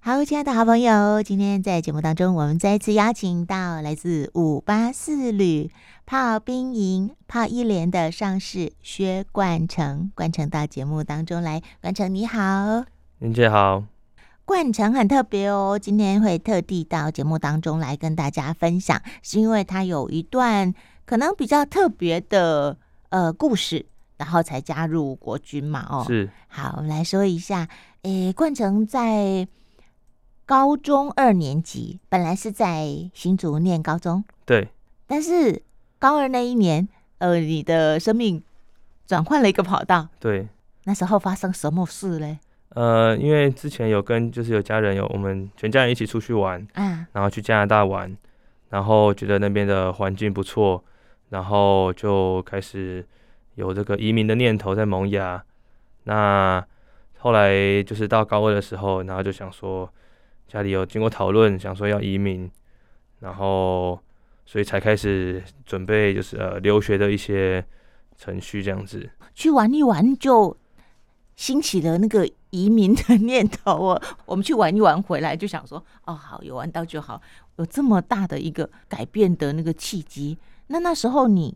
好，亲爱的好朋友，今天在节目当中，我们再一次邀请到来自五八四旅炮兵营炮一连的上士薛冠成，冠成到节目当中来。冠成你好，云姐好，冠成很特别哦，今天会特地到节目当中来跟大家分享，是因为他有一段可能比较特别的呃故事，然后才加入国军嘛哦。是好，我们来说一下，诶，冠成在高中二年级，本来是在新竹念高中，对，但是高二那一年，呃，你的生命转换了一个跑道，对，那时候发生什么事嘞？呃，因为之前有跟就是有家人有我们全家人一起出去玩，啊，然后去加拿大玩，然后觉得那边的环境不错，然后就开始有这个移民的念头在萌芽。那后来就是到高二的时候，然后就想说家里有经过讨论，想说要移民，然后所以才开始准备就是呃留学的一些程序这样子。去玩一玩就兴起了那个移民的念头哦。 我们去玩一玩，回来就想说，哦，好，有玩到就好。有这么大的一个改变的那个契机，那那时候你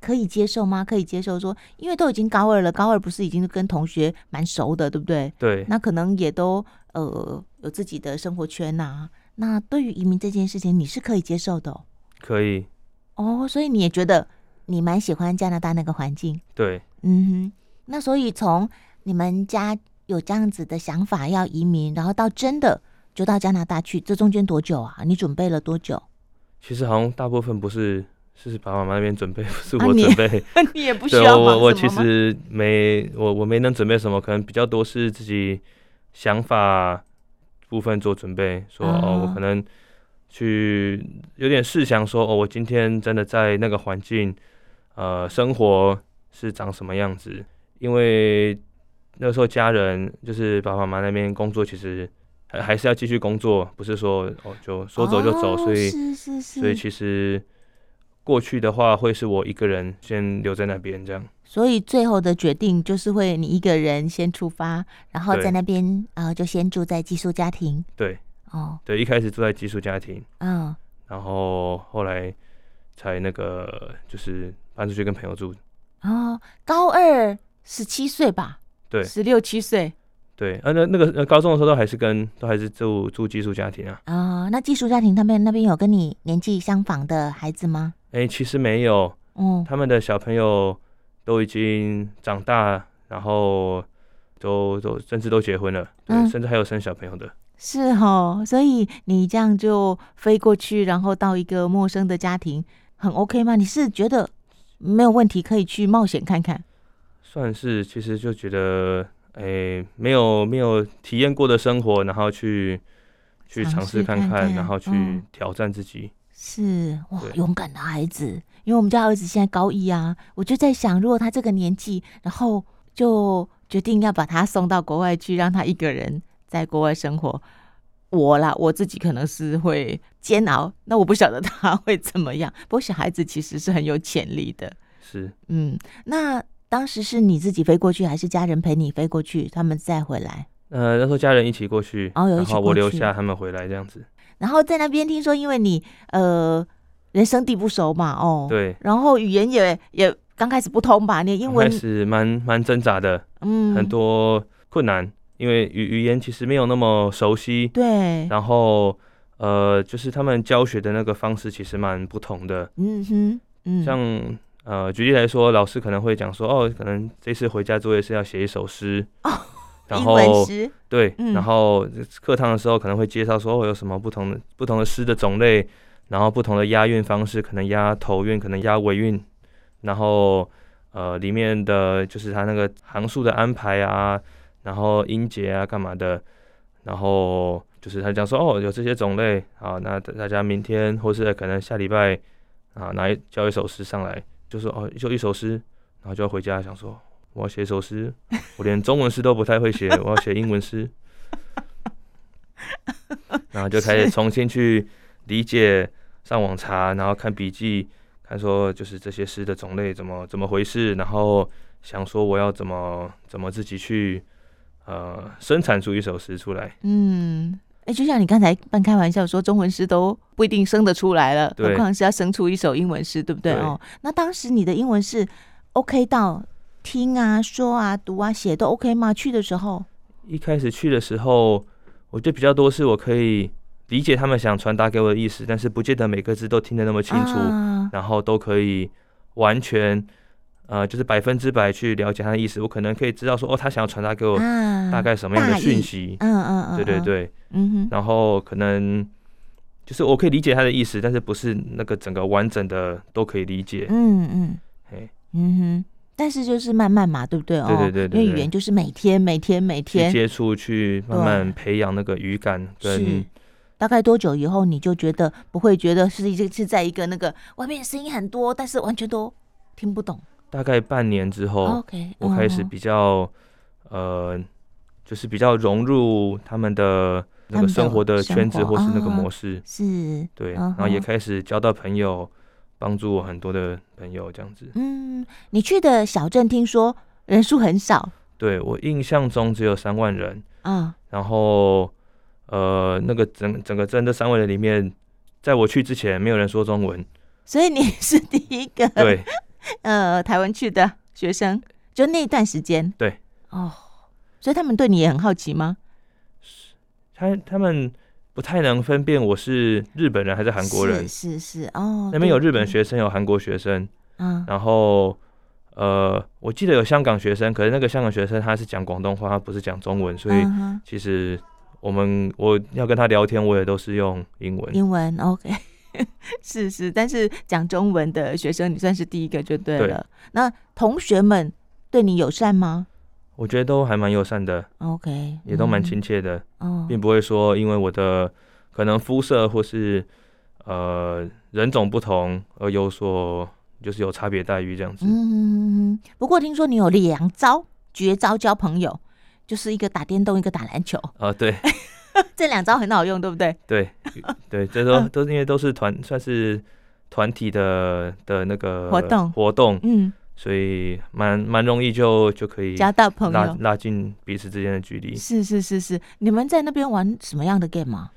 可以接受吗？可以接受说，因为都已经高二了，高二不是已经跟同学蛮熟的，对不对？对，那可能也都呃有自己的生活圈呐、那对于移民这件事情，你是可以接受的哦可以，哦，所以你也觉得你蛮喜欢加拿大那个环境。对。嗯哼，那所以从你们家有这样子的想法要移民，然后到真的就到加拿大去，这中间多久啊？你准备了多久？其实好像大部分不是是爸爸妈妈那边准备， 不是啊我你准备。 你也不对，我我我其实没我我没能准备什么，可能比较多是自己想法部分做准备，说、哦，啊我可能去有点试想说，哦，我今天真的在那个环境，呃，生活是长什么样子？因为那时候家人就是爸爸妈妈那边工作，其实还还是要继续工作，不是说哦就说走就走，哦所以。是是是，所以其实过去的话，会是我一个人先留在那边这样。所以最后的决定就是会你一个人先出发，然后对在那边呃就先住在寄宿家庭对哦，对，一开始住在寄宿家庭，嗯，然后后来才那个就是搬出去跟朋友住。哦，高二十七岁吧，对十六七岁对，啊，那那个呃高中的时候都还是跟都还是住住寄宿家庭啊。啊、哦那寄宿家庭他们那边有跟你年纪相仿的孩子吗？哎、其实没有，哦，他们的小朋友都已经长大，然后都都甚至都结婚了，对，嗯甚至还有生小朋友的。是哦，所以你这样就飞过去，然后到一个陌生的家庭，很 OK 吗？你是觉得没有问题，可以去冒险看看？算是，其实就觉得，诶、没有没有体验过的生活，然后去去尝尝试试看看看然后去嗯挑战自己。是哇，对勇敢的孩子。因为我们家儿子现在高一啊，我就在想，如果他这个年纪，然后就决定要把他送到国外去，让他一个人在国外生活，我啦，我自己可能是会煎熬。那我不晓得他 会怎么样。不过小孩子其实是很有潜力的。是，嗯，那当时是你自己飞过去，还是家人陪你飞过去，他们再回来？呃，那时候家人一起过去，哦有一然起后过我留去下，他们回来这样子。然后在那边听说，因为你呃人生地不熟嘛，哦，，对，然后语言也也刚开始不通吧，你的英刚开文始蛮蛮挣扎的，嗯很多困难，因为语语言其实没有那么熟悉，对，然后呃，就是他们教学的那个方式其实蛮不同的。嗯哼，嗯，像呃，举例来说，老师可能会讲说，哦，可能这次回家作业是要写一首诗，哦然英后文诗对，嗯然后课堂的时候可能会介绍说，哦，有什么不同的不同的诗的种类，然后不同的押韵方式，可能押头韵，可能押尾韵，然后呃，里面的就是它那个行数的安排啊，然后音节啊，干嘛的，然后就是他讲说，哦，有这些种类，好，那大大家明天或是可能下礼拜啊，拿一交一首诗上来，就说哦，就一首诗，然后就要回家想说，我要写一首诗，我连中文诗都不太会写，我要写英文诗，然后就开始重新去理解，上网查，然后看笔记，看说就是这些诗的种类怎么怎么回事，然后想说我要怎么怎么自己去呃生产出一首诗出来。嗯，哎，就像你刚才半开玩笑说，中文诗都不一定生得出来了，对何况是要生出一首英文诗，对不对对哦？那当时你的英文是 OK 到听啊、说啊、读啊、写都 OK 吗？去的时候，一开始去的时候，我觉得比较多是我可以理解他们想传达给我的意思，但是不见得每个字都听得那么清楚，啊、然后都可以完全呃就是百分之百去了解他的意思。我可能可以知道说哦，他想要传达给我啊大概什么样的大意讯息，嗯嗯嗯，对对嗯，对，嗯哼，然后可能。就是我可以理解他的意思，但是不是那个整个完整的都可以理解。嗯嗯嘿嗯哼。但是就是慢慢嘛，对不对？哦，对对对对因为语对言就是每天、每天、每去天接触，去慢慢培养那个语感是跟大概多久以后你就觉得不会觉得是一个是在一个那个外面声音很多，但是完全都听不懂。大概半年之后， OK，哦我开始嗯比较、呃，就是比较融入他们的那他们个的生活的生圈子活或是那个啊模式，是对，嗯然后也哼开始交到朋友，帮助我很多的朋友这样子。嗯，你去的小镇听说人数很少对我印象中只有三万人，啊，然后呃，那个整整个镇这三万人里面，在我去之前没有人说中文， 所以你是第一个对 呃台湾去的学生，就那段时间对哦，所以他们对你也很好奇吗？他他们不太能分辨我是日本人还是韩国人。是是是哦，那边有日本对学生，有韩国学生，嗯然后呃，我记得有香港学生，可是那个香港学生他是讲广东话，他不是讲中文，所以嗯哼其实我们我要跟他聊天，我也都是用英文。英文 OK，是是，但是讲中文的学生你算是第一个就对对了。那同学们对你友善吗我觉得都还蛮友善的， ？OK，也都蛮嗯亲切的，哦，并不会说因为我的可能肤色或是呃人种不同而有所就是有差别待遇这样子。嗯，不过听说你有两招绝招交朋友，就是一个打电动，一个打篮球， 啊、对这两招很好用，对不对？对对，这都都是嗯因为都是团算是团体的的那个活动活动，嗯，所以蛮蛮容易就就可以交到朋拉友。拉近彼此之间的距离。是是是是，你们在那边玩什么样的 game 啊？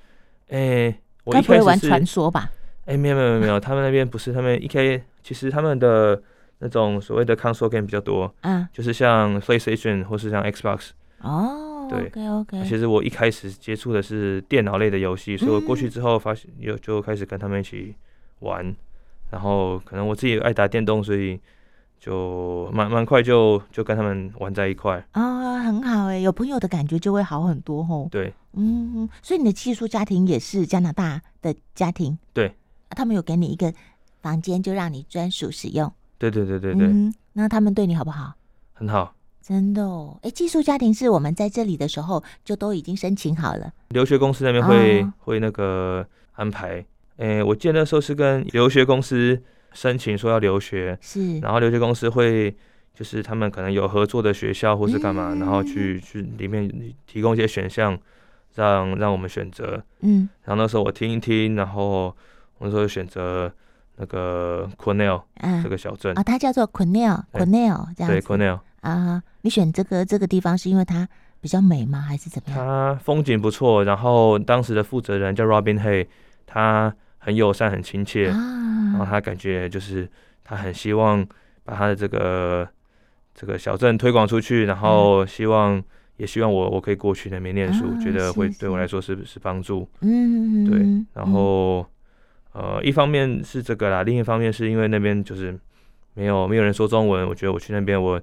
哎、我该一不会开玩始是传说吧？哎、没有没有没有，他们那边不是他们一开其实他们的那种所谓的 console game 比较多，啊，就是像 PlayStation 或是像 Xbox。哦对，OK OK，其实我一开始接触的是电脑类的游戏，所以我过去嗯之后发现有就开始跟他们一起玩，然后可能我自己也爱打电动，所以就蛮蛮快就就跟他们玩在一块。啊、很好哎、有朋友的感觉就会好很多吼。对，嗯，所以你的寄宿家庭也是加拿大的家庭，对啊，他们有给你一个房间，就让你专属使用。对对对对对，嗯哼，那他们对你好不好？很好。真的哦，哎，寄宿家庭是我们在这里的时候就都已经申请好了。留学公司那边会、哦会那个安排。诶、我记得那时候是跟留学公司申请说要留学，是，然后留学公司会就是他们可能有合作的学校或是干嘛，嗯然后去去里面提供一些选项，让让我们选择。嗯，然后那时候我听一听，然后我那时候选择那个 Cornell 啊这，个小镇，啊，它叫做 Cornell，Cornell 这样对子 Cornell，啊，你选这个这个地方是因为它比较美吗？还是怎么样？它风景不错，然后当时的负责人叫 Robin Hay，他很友善很亲切，然后啊，他感觉就是他很希望把他的这个这个小镇推广出去，嗯然后希望也希望我我可以过去那边念书，啊觉得是会是对我来说是是帮助。嗯，对嗯然后、呃，一方面是这个啦，另一方面是因为那边就是没有没有人说中文，我觉得我去那边我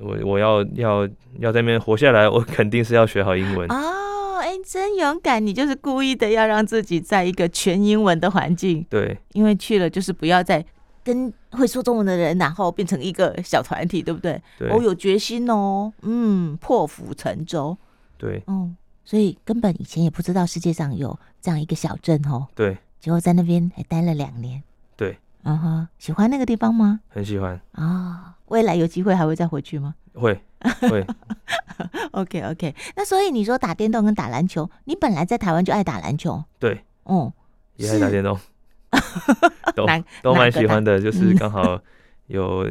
我我要要要在那边活下来，我肯定是要学好英文。哦，哎、真勇敢！你就是故意的要让自己在一个全英文的环境，对因为去了就是不要再跟会说中文的人，然后变成一个小团体，对不对？哦对、我有决心哦，嗯，破釜沉舟，对嗯，所以根本以前也不知道世界上有这样一个小镇哦，对，结果在那边还待了两年。对，嗯哼，喜欢那个地方吗？很喜欢，啊、未来有机会还会再回去吗会会。 ？OK OK，那所以你说打电动跟打篮球，你本来在台湾就爱打篮球，对，嗯。也爱打是电动，都哪都哪个蛮喜打欢的，就是嗯刚好有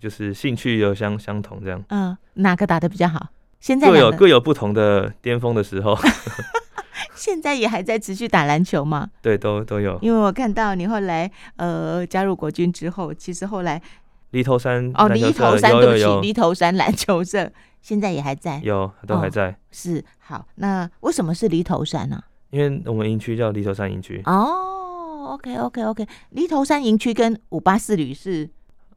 就是兴趣有相相同这样，嗯，哪个打的比较好？现在啊各有两个， 各有不同的巅峰的时候。现在也还在持续打篮球吗？对，都都有。因为我看到你后来呃加入国军之后，其实后来犁头山哦，嗯篮球犁社头山，有对不有起，有犁头山篮球社现在也还在。有都还哦在，是好，那为什么是犁头山呢、因为我们营区叫犁头山营区，哦，OK OK OK，犁头山营区跟五八四旅是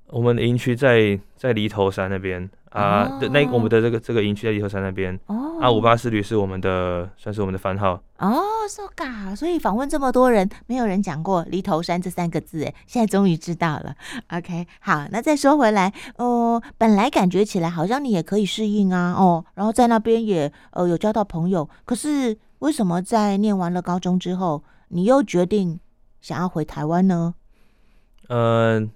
我们的营区在在犁头山那边啊，对，那哦我们的这个这个营区在犁头山那边。哦啊，五八四旅是我们的，算是我们的番号。哦，so ga，所以访问这么多人，没有人讲过“犁头山”这三个字，哎，现在终于知道了。OK，好，那再说回来，哦，本来感觉起来好像你也可以适应啊，哦，然后在那边也呃有交到朋友，可是为什么在念完了高中之后，你又决定想要回台湾呢？嗯、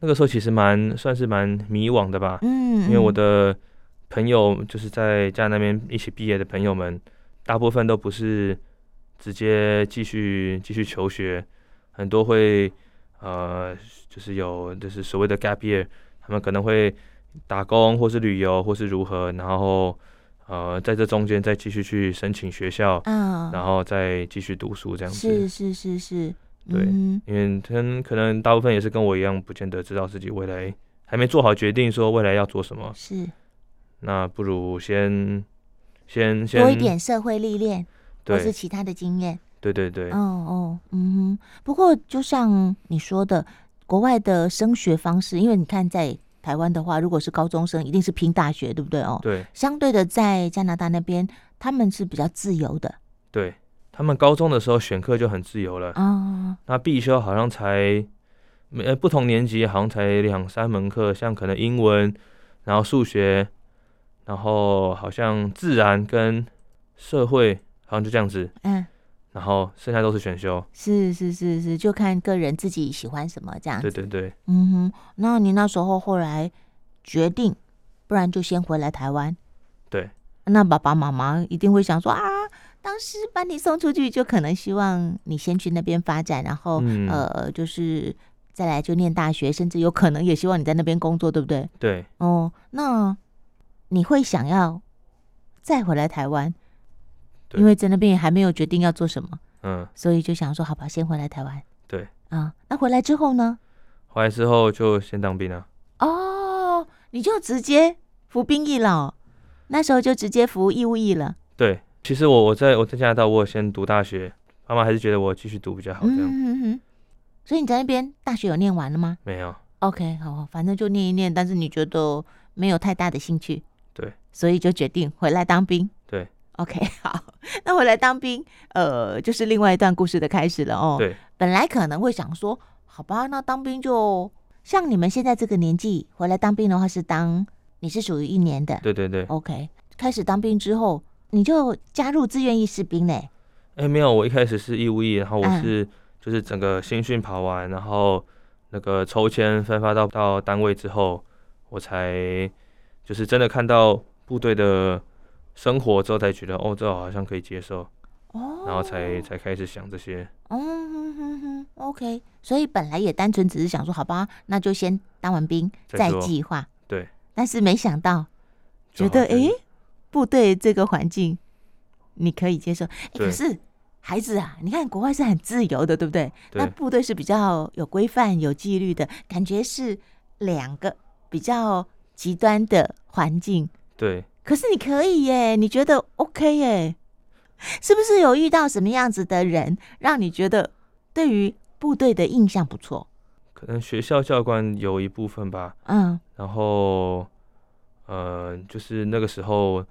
那个时候其实蛮算是蛮迷惘的吧，嗯，因为我嗯的朋友就是在加拿大那边一起毕业的朋友们，大部分都不是直接继续继续求学，很多会呃就是有就是所谓的 gap year，他们可能会打工或是旅游或是如何，然后呃在这中间再继续去申请学校，啊，然后再继续读书这样子。是是是是，对嗯因为可能可能大部分也是跟我一样，不见得知道自己未来还没做好决定，说未来要做什么哼、。是那不如先先先多一点社会历练，或是对其他的经验。对对对，哦哦，嗯哼。不过就像你说的，国外的升学方式，因为你看在台湾的话，如果是高中生，一定是拼大学，对不对？哦，对相对的，在加拿大那边，他们是比较自由的对，他们高中的时候选课就很自由了，哦，那必修好像才每呃不同年级好像才两三门课，像可能英文，然后数学，然后好像自然跟社会好像就这样子，嗯，然后剩下都是选修。是是是是，就看个人自己喜欢什么这样对子。对对，嗯哼，那你那时候后来决定，不然就先回来台湾。对，那爸爸妈妈一定会想说啊，当时把你送出去，就可能希望你先去那边发展，然后、嗯呃，就是再来就念大学，甚至有可能也希望你在那边工作，对不对？对。哦，那你会想要再回来台湾，对因为在那边也还没有决定要做什么，嗯，所以就想说，好吧，先回来台湾。对啊，那回来之后呢？回来之后就先当兵啊。哦，你就直接服兵役了哦，那时候就直接服义务役了。对，其实我我在我在加拿大，我有先读大学，妈妈还是觉得我继续读比较好，这样、嗯嗯嗯。所以你在那边大学有念完了吗没有。 ？OK，好，反正就念一念，但是你觉得没有太大的兴趣，对，所以就决定回来当兵。对 OK，好， 那回来当兵，呃，就是另外一段故事的开始了哦。对，本来可能会想说，好吧，那当兵就像你们现在这个年纪回来当兵的话，是当你是属于一年的，对对对，哎、 OK，开始当兵之后，你就加入志愿役士兵嘞。哎没有，我一开始是义务役，然后我嗯是、就是整个新训跑完，然后那个抽签分发到到单位之后，我才就是真的看到部队的生活之后，才觉得哦，这好像可以接受，哦然后才才开始想这些。嗯哼哼哼，OK。所以本来也单纯只是想说，好吧，那就先当完兵再再说计划。对。但是没想到，觉就得好像诶，部队这个环境你可以接受，诶可对是。孩子啊，你看国外是很自由的，对不对？那对部队是比较有规范、有纪律的，感觉是两个比较极端的环境。对，可是你可以耶，你觉得 OK 耶？是不是有遇到什么样子的人，让你觉得对于部队的印象不错？可能学校教官有一部分吧，嗯然后，呃，就是那个时候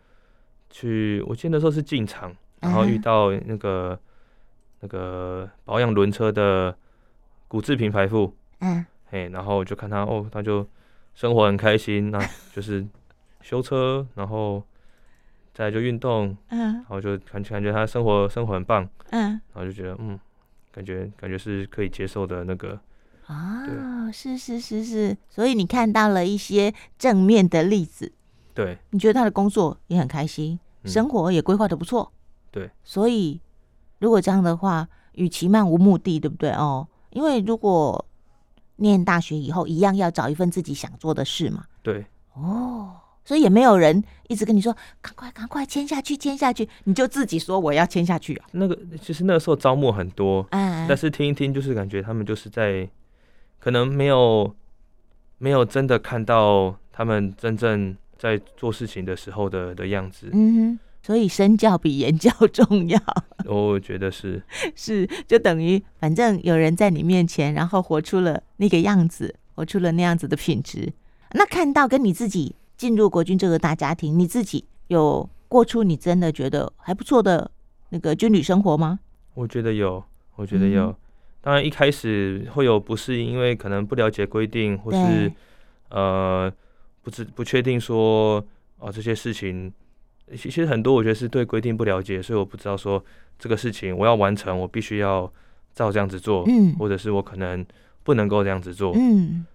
去，我记得那时候是进厂，然后嗯遇哼到那个、那个保养轮车的古志平排副，嗯，嘿，然后我就看他哦，他就生活很开 心，那就是修车，然后再来就运动，嗯然后就感感觉他生活生活很棒，嗯然后就觉得嗯，感觉感觉是可以接受的那个，啊，是是是是，所以你看到了一些正面的例子，对，你觉得他的工作也很开心，嗯生活也规划的不错。对，所以如果这样的话，与其漫无目的，对不对？哦，因为如果念大学以后，一样要找一份自己想做的事嘛。对，哦，所以也没有人一直跟你说赶快赶快签下去签下去，你就自己说我要签下去啊。那个其实那个时候招募很多，啊但，是听一听就是感觉他们就是在可能没有没有真的看到他们真正在做事情的时候的的样子，嗯哼，所以身教比言教重要。我觉得是是，就等于反正有人在你面前，然后活出了那个样子，活出了那样子的品质。那看到跟你自己进入国军这个大家庭，你自己有过出你真的觉得还不错的那个军旅生活吗？我觉得有，我觉得有。嗯当然一开始会有不适应，因为可能不了解规定，或是对呃不知不确定说哦这些事情，其其实很多我觉得是对规定不了解，所以我不知道说这个事情我要完成，我必须要照这样子做，嗯或者是我可能不能够这样子做。嗯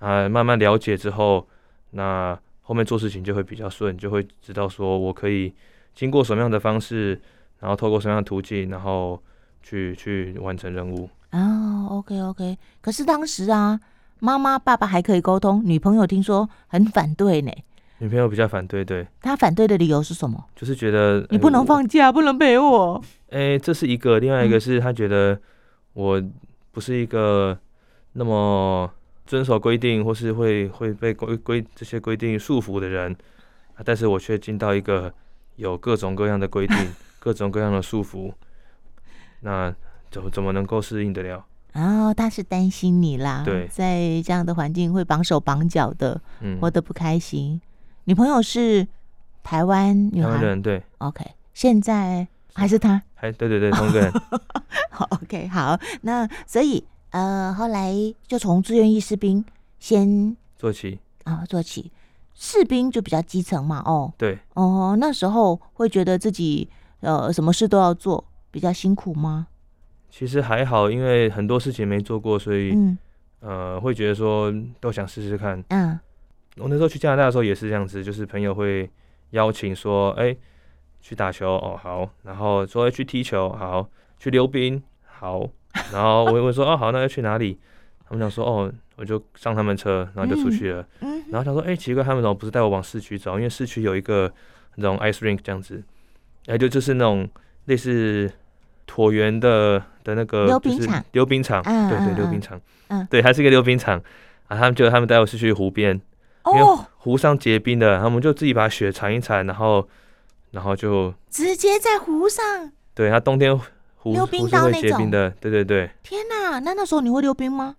啊，慢慢了解之后，那后面做事情就会比较顺，就会知道说我可以经过什么样的方式，然后透过什么样的途径，然后去去完成任务。啊、o k OK。可是当时啊，妈妈爸爸还可以沟通，女朋友听说很反对呢。女朋友比较反对，对，她反对的理由是什么？就是觉得呃你不能，放假，不能陪我。哎、我哎这是一个，另外一嗯个是她觉得我不是一个那么遵守规定，或是会会被规规这些规定束缚的人，啊但是我却进到一个有各种各样的 规定、各种各样的束缚，那怎么怎么能够适应得了？然后哦他是担心你啦，对在这样的环境会绑手绑脚的，嗯，活得不开心。女朋友是台湾女台湾孩人对， ，OK，现在还是她， 还对对对，同一个人，好，OK，好，那所以呃，后来就从志愿役士兵先坐骑，啊、做起，士兵就比较基层嘛，哦对，哦，那时候会觉得自己呃什么事都要做，比较辛苦吗？其实还好，因为很多事情没做过，所以、嗯呃会觉得说都想试试看。嗯我那时候去加拿大的时候也是这样子，就是朋友会邀请说，哎、去打球哦好，然后说、哎去踢球好，去溜冰好，然后我我说哦好，那要去哪里？他们想说哦，我就上他们车，然后就出去了。嗯然后想说，哎、奇怪，他们怎么不是带我往市区走？因为市区有一个那种 ice rink 这样子，哎，就就是那种类似椭圆的的那个溜就冰是场溜冰场，嗯对嗯对，溜嗯冰场，嗯对，它是一个溜冰场。啊，他们就他们带我是去湖边，因为哦，湖上结冰的，他们就自己把雪铲一铲，然后然后就直接在湖上。对，它冬天湖溜冰湖是刀会那结种冰的，对对对。天呐，那那时候你会溜冰吗？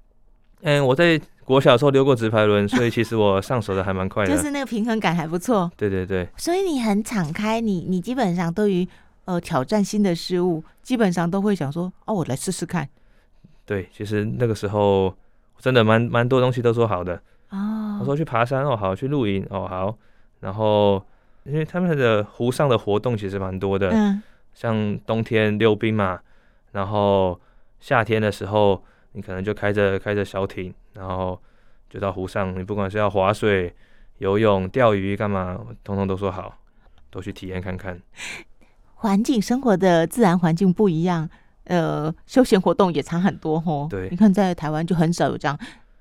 嗯，我在国小的时候溜过直排轮，所以其实我上手的还蛮快的。就是那个平衡感还不错，对对对，所以你很敞开，你你基本上对于呃挑战新的事物，基本上都会想说，哦，我来试试看。对，其实那个时候真的蛮蛮多东西都说好的。哦，我说去爬山哦，好；去露营哦，好。然后因为他们的湖上的活动其实蛮多的，嗯，像冬天溜冰嘛，然后夏天的时候你可能就开着开着小艇，然后就到湖上，你不管是要划水、游泳、钓鱼干嘛，我通通都说好，都去体验看看。环境生活的自然环境不一样，呃，休闲活动也差很多吼。对你看在台湾就很少有这样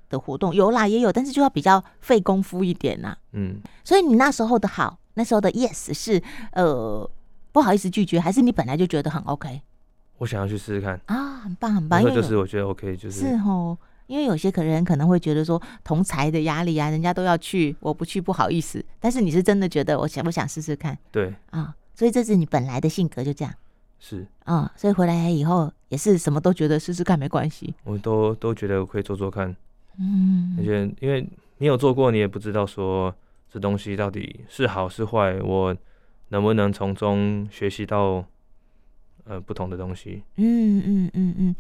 的活动，有啦也有，但是就要比较费功夫一点呐、嗯，所以你那时候的好，那时候的 yes 是呃不好意思拒绝，还是你本来就觉得很 OK 我想要去试试看。啊，很棒很那棒，时因候为就有是我觉得 OK，就是是哦，因为有些可人可能会觉得说同才的压力啊，人家都要去，我不去不好意思。但是你是真的觉得我想不想试试看对，啊、所以这是你本来的性格就这样是啊、所以回来以后也是什么都觉得试试看没关系。我都都觉得我可以做做看。而嗯，且因为没有做过，你也不知道说这东西到底是好是坏，我能不能从中学习到呃不同的东西。嗯嗯嗯嗯，